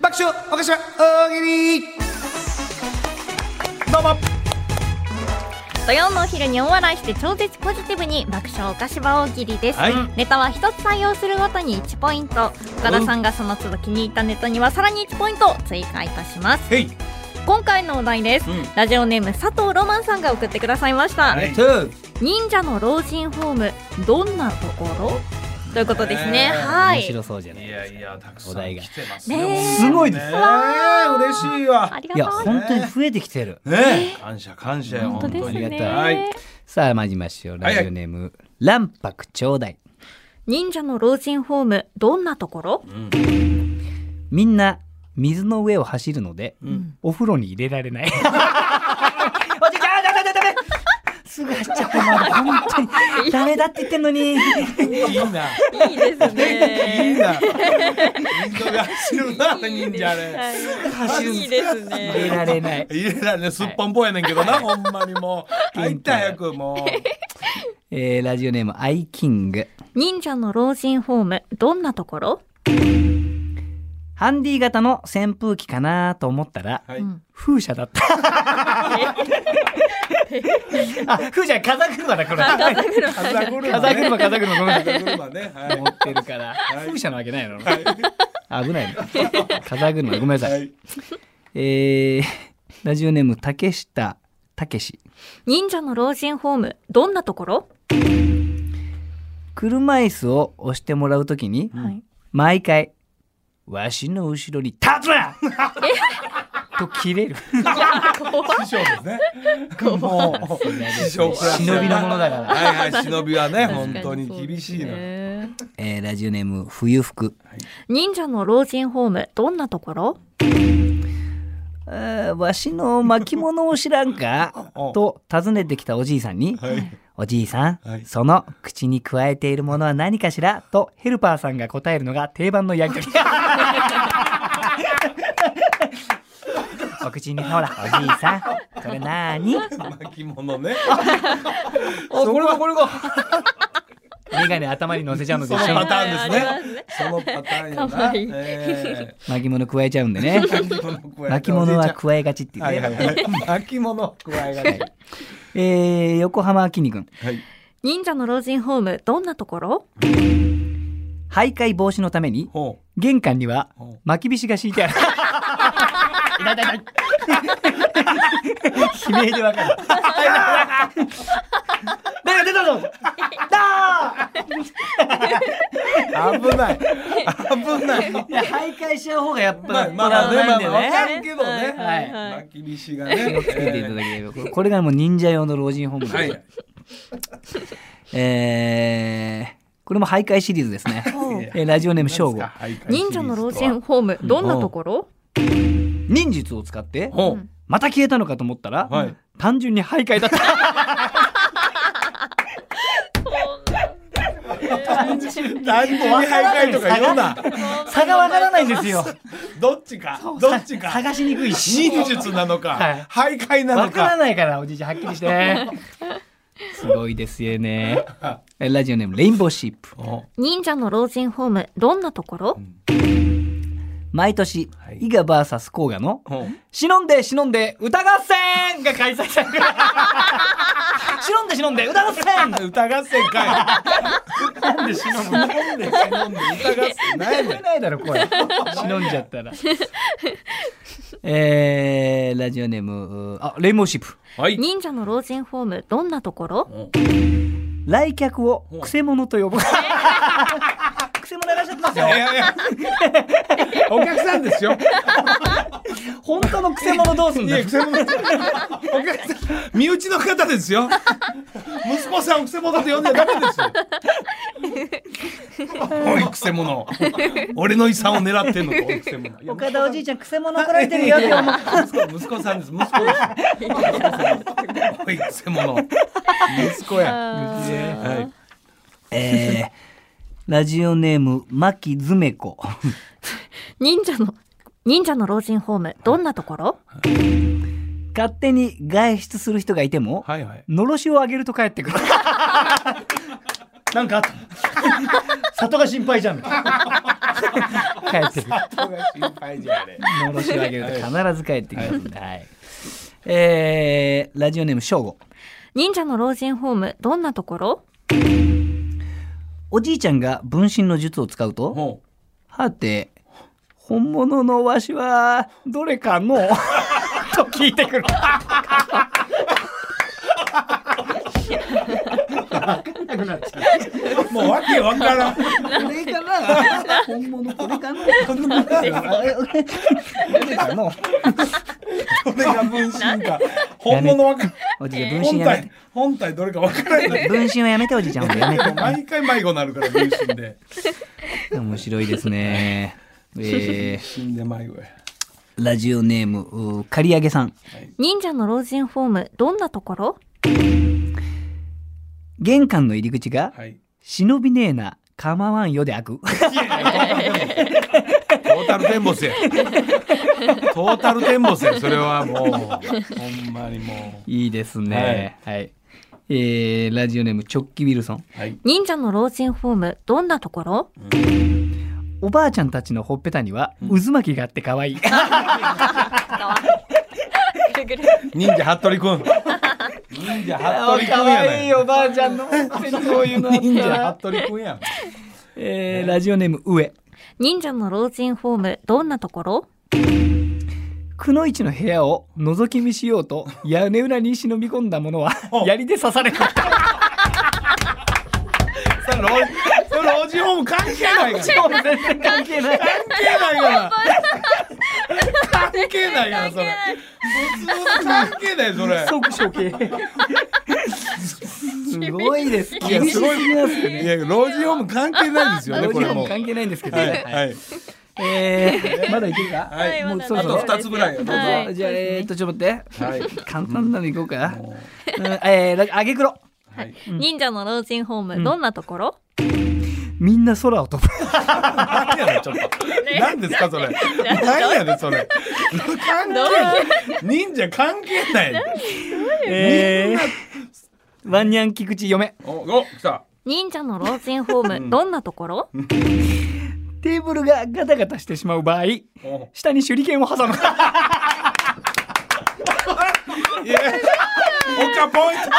拍手をおかしは大喜利どうも土曜のお昼に大笑いして超絶ポジティブに爆笑おかしば大喜利です、はいネタは一つ採用するごとに1ポイント岡田さんがその都度気に入ったネタにはさらに1ポイント追加いたしますへい今回のお題です、うんラジオネーム佐藤ロマンさんが送ってくださいました、えっと忍者の老人ホームどんなところということですね、えーは面い白そうじゃないいでやすかいや、たくさおん題が来てますねえすごいですねわー嬉しいわありがいやとう本当に増えてきてるえ感謝感謝よ、本当本で当すに。あねりがたいはいさあ参りましょうラジオネーム卵白ちょうだい忍者の老人ホームどんなところみんな水の上を走るのでお風呂に入れられないおじいちゃんダメダメダメすぐ走っちゃったもう本当にダメだって言ってんのにいいな。いいで いいすねな。人間が走るな、忍者ね。はいいいですね入れられない入れられね、すっぽんぽやねんけどな、ほんまにもう。入った早く、もえーラジオネームアイキング忍者の老人ホームどんなところ、ハンディ型の扇風機かなと思ったらう。はい。うん風車だったあ風車風車だこれあ風車風車風ね。車風車ごめんなさい風車ね。はい持ってるから、風車なわけないの、危ないの風車ごめんなさい、はい。えー、ラジオネーム竹下武し忍者の老人ホームどんなところ、車椅子を押してもらうときにはい毎回「わしの後ろに立つな!」と切れる師匠ですね。もう、師匠クラス。忍びのものだからはいはい、忍びはね、確本か当にそうで厳すしいの。ねえーラジオネーム冬服忍者の老人ホームどんなところあーわしの巻物を知らん かおと尋ねてきたおじいさんに、はい。おじいさん、はいその口にくわえているものは何かしらとヘルパーさんが答えるのが定番のや りとり。お口にほら、おじいさん、これなーに巻物ね。お、これがこれが。メガネ頭に乗せちゃうのでそ一の緒パにターンでありますすねね。そのパターンやかわな。いいえ巻物くわえちゃうん でえね。巻物は加えがちっていうはいはいはい。ね。巻物を加えがち。えー、横浜あきに君。はい。忍者の老人ホームどんなところ徘徊防止のために、ほ玄関にはほう巻きびしが敷 いてある。痛い痛い痛い悲鳴でわ かる。誰か出たぞ。だう。危ない。危ない。ー。いや徘徊しちゃう方がやっぱまあまあまあね大人なんでまあまあわかるね。けどね。はいはいはい巻き菱が気をつけていただね。ければ。これこれがもう忍者用の老人ホームはでいす。。えーこれも徘徊シリーズですね。えーラジオネーム正吾。忍者の老人ホームどんなところ忍術を使ってほまた消えたのかと思ったら、はい単純に徘徊だった。う。単純に徘徊とか言うな。差がわからないんですよ。どっちか。どっちか。探しにくいし。忍術なのか、徘徊なわのからか。ないからおじいちゃんはっきりして。すごいですよね。えラジオネームレインボーシープ。ほ忍者の老人ホームどんなところ、毎年、はい伊賀 VS 甲賀のうほう忍んで忍んで歌合戦が開催 される。忍んで忍んで歌合戦歌合戦かい。なんで忍ぶのなんで忍んで歌合戦なんやね聞こえん。ないだろ声 忍んじゃったら えー、ラジオネームうーあレインボーシープはい。忍者の老人ホームどんなところ来客をくせ者と呼ぶ くせ者らしちゃってまいすよやいやいや。お客さんですよ。本当のくせ者どうすんいだや、くせ者。お客さん、身内の方ですよ。息子さんをくせ者と呼んでダメですよ。おい、くせ者。俺の遺産を狙ってんのか、おいくせ者。いや岡田おじいちゃんくせ者怒られてるよって思う息子息子さんです、息子です。おい、くせ者。息子や。はいえー、ラジオネーム牧ズメ子忍者の忍者の老人ホームどんなところ勝手に外出する人がいても、はいはい。のろしをあげると帰ってくるなんかあった里が心配じゃん帰ってくる。人が心配じゃあれ。戻してあげると必ず帰ってきますんで。はい。えー、ラジオネーム、翔吾。忍者の老人ホーム、どんなところおじいちゃんが分身の術を使うと、もはて、本物のわしは、どれかのと聞いてくる。う、もうわけわからん。これかな本物これかな これかなどれかのどれが分身か。本物わからん。おじいちゃん、分身本やめ体、本体どれかわからん。て。分身はやめて、おじいちゃん。ほんとやめて。 毎回迷子になるから、分身で。 面白いですね。えー、死んで迷子や。ラジオネーム、うー刈り上げさん。忍者の老人ホーム、どんなところ玄関の入り口が、はい。忍びねえな、構わんよで開く。トータルテンボスや。トータルテンボスや、それはもう。ほんまにもいいですね。はい。えー、ラジオネーム、チョッキウィルソン。う。はい。忍者の老人ホーム、どんなところおばあちゃんたちのほっぺたには、渦巻きがあって可 愛い。忍者ハットリくん。忍者ハットリくんやねん。おばあちゃんのほっぺにそういうの忍者ハットリくんやん。えー、ラジオネーム、上。忍者の老人ホーム、どんなところくのいちの部屋を覗き見しようと、屋根裏に忍び込んだものは、槍で刺された。それ老それ老人ホーム関係ないから。もう全然関係ない。関係ないから。関係ないからそれ。普通の関係ないそれ。即処刑。すごいです。いや厳しすすごいぎますよいや老人ホーム関係ないですよねロこジれオももう。はい関係ないんですけど、はいはい。えーまだいけるか、はいもうそろあそとろ、二つぐらいよ。どうぞはいじゃあ、えーっとちょっと待って、はい簡単なのいこうか、うんえーラあげくろはい。忍者の老人ホーム、どんなところみんな空を飛ぶ何やねんちょっと。何ですかそれ。何やねんそれ。関どう係忍者関係ない。えー、ワンニャン菊池嫁おお来た。忍者の老人ホーム、どんなところテーブルがガタガタしてしまう場合お下に手裏剣を挟むいや。他ポイント。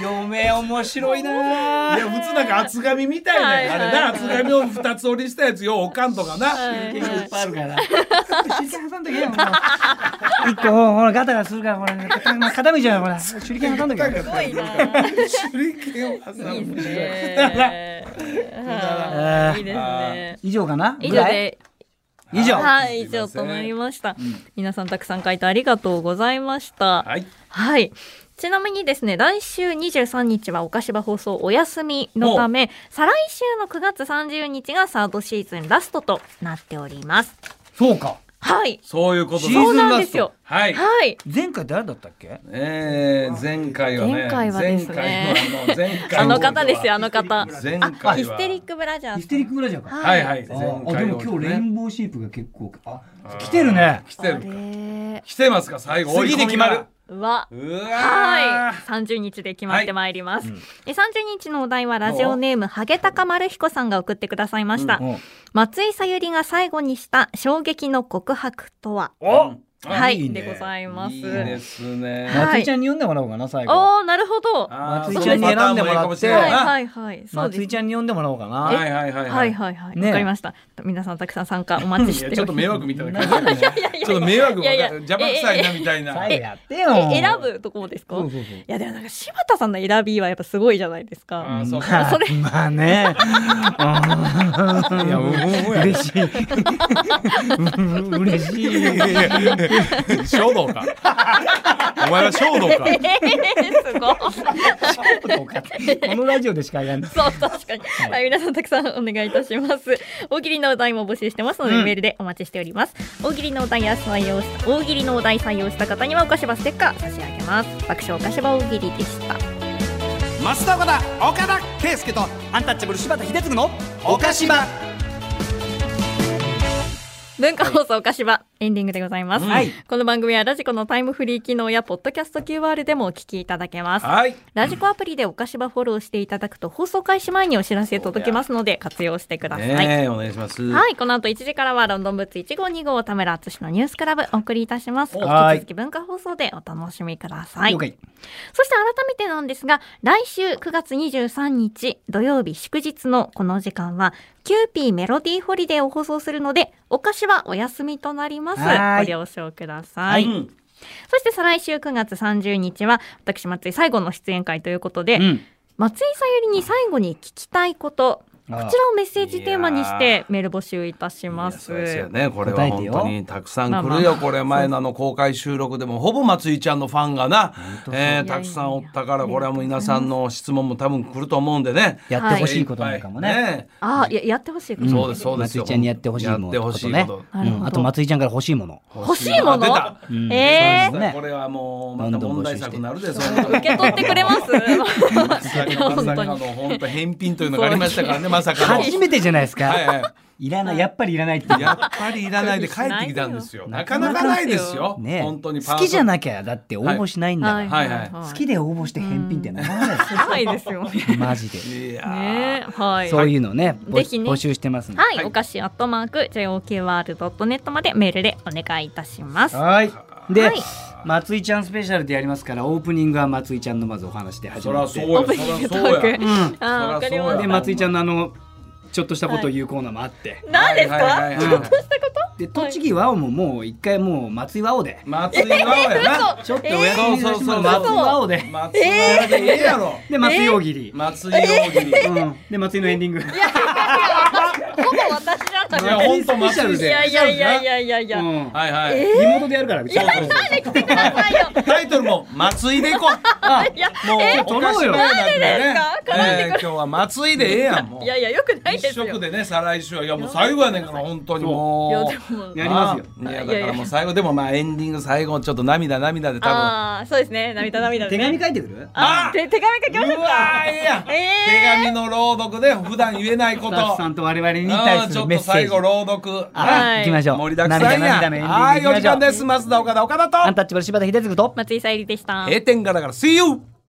嫁面白いないや普通なんか厚紙みたいな、はいあれな厚紙を二つ折りしたやつよおかんとかな、はい剣がいっぱいあるから手裏剣挟んどけよもう 一個ほらガタガタするからほら傾いちゃうよほら手裏剣挟んどけよいいな手裏剣を挟むいいですなね。あーはいいいですね。以上かな以ぐら上いで、以上はい、以上となりました。皆さんたくさん回答ありがとうございました。はいはい。ちなみにですね、来週23日はお菓子場放送お休みのため、再来週の9月30日がサードシーズンラストとなっております。そうかはい。そういうことシーズンそうなんですよ。はい、はい。前回誰だったっけえー、前回はね前回はですね前回のあの前回あの方ですよ、あの方。前あ回はヒステリックブラジャーヒステリックブラジャーかははいはいあ前回ーあでも今日レインボーシープが結構あ来てるるね来てるかえ来てますか最後次で決まるー、うわ。追い込みがうわー。はい30日で決まってまいります。え30日のお題はラジオネーム、ハゲタカマルヒコさんが送ってくださいました。うん松井さゆりが最後にした衝撃の告白とはおあはいいいねでございます。いいですねはい松井ちゃんに読んでもらおうかな最後おー、なるほど。はあー松井ちゃんにそのパターンもいいかしれいないなはいはい。そうです松井ちゃんに読んでもらおうかはいなはいはいはいはいはい。わ、ねかりました。皆さんたくさん参加お待ちしいておやりちょっと迷惑みたいな感 じだねます。ちょっと迷惑いばやっいやかり邪魔くさいなみたいな最後やってえよえ選ぶとこもですかそういそうそうやでもなんか柴田さんの選びはやっぱすごいじゃないですか。あーそうかまあまあねいや、うんうんや。嬉しいうん嬉しいよ 衝 動か。お前は衝動か。えー、すごい。どうかこのラジオでしかやらないそう、確かに。はい、皆さんたくさんお願いいたします。大喜利のお題も募集してますので、メールでお待ちしております。大喜利のお題や採用した、大喜利のお題採用した方には、お菓子場ステッカー差し上げます。爆笑お菓子場大喜利でした。増田岡田岡田圭介とアンタッチャブル柴田秀嗣のおかしば文化放送おかしば、エンディングでございます。はいこの番組はラジコのタイムフリー機能や、ポッドキャスト QR でもお聞きいただけます。はい。ラジコアプリでおかしばフォローしていただくと、放送開始前にお知らせ届きますので、活用してください。ねえ、お願いします。はい、この後1時からはロンドンブーツ1号2号田村敦のニュースクラブお送りいたします。引きはい続き文化放送でお楽しみください。了解そして改めてなんですが、来週9月23日土曜日祝日のこの時間は、キューピーメロディーホリデーを放送するので、お菓子はお休みとなります。はいご了承ください。うん。そして再来週9月30日は、私松井最後の出演会ということで、うん松井さゆりに最後に聞きたいこと、こああちらをメッセージテーマにしてメール募集いたしいやます。そうですよね。これ答はえて本よ当にたくさん来るよ。まあまあまあこれ前のあの公開収録でもほぼ松井ちゃんのファンがな、えーたくさんおったから、これはもう皆さんの質問も多分来ると思うんでね。やってほしいことなんかもね。いっぱいねああ、ややってほしいこと、そうですそうです松よ井ちゃんにやってほしいものやってほしいねこと。なるほどうんあと松井ちゃんから欲しいもの。欲しいもの出たうんえそうですねこれはもうまた問題作になるでその受け取ってくれますま本さ当かのに。本当返品というのがありましたからねまさかの。初めてじゃないですか。はいはいいらない、やっぱりいらないっていう。やっぱりいらないで帰ってきたん ですよ。なかなかないですよ。ねえ本当に好きじゃい。なきゃだって応募しないんだから、 はいはい好きで応募して返品ってなかなかですよないですよね。マジでいやーねはい。そういうのねぼぜひね募集してますんではい、はいお菓子アットマーク JOQR.net までメールでお願いいたします。はいで、はい松井ちゃんスペシャルでやりますからオープニングは松井ちゃんのまずお話で始そまらってそうオや。ープニングトーク。うあーわかりまそらそうやしん、でた。松井ちゃんのあのちょっとしたことを言うコーナーもあって、何ですか、はいはいはいはいで栃木和王ももう一回もう松井和王で松井直やな。ちょっとお休みさそせてもらううそうそう松井和王で松井直でいいやろ。で松井大喜利、松井大喜利。いうん、で松井のエンディングほぼ私だったやね。本当松井いやいやいやいや。やいやいや。うん、はいはい。リモートでやるからうちそうそうそう来てくださいよ。タイトルも松井でいこう。あいや、もうえおかしななんでねなんでですか絡んでくえーる今日は松井でええやんもうい。やいや、よくないで一すよ。色でね再来週はいやもう最後やねんから本当にもいやでう。もやりますよいやいやだいかやらもう最後でもまあエンディング最後ちょっと涙涙で多分。あああ、そうですね。涙涙で手ね、紙書いてくるああー、手手紙書きうましょうわかーええやん。手え紙の朗読で普段言えないこスと。タッフさんと我々にあ対ーすちょるっメとッセー最ジ後朗読。はあい行きましょう盛りだくさんや涙ん。涙のはエンい、ディンお時グ行きましょう間です。松田岡田岡田と。アンタッチャブル柴田秀嗣と松井さゆりでした。閉店からから、See you!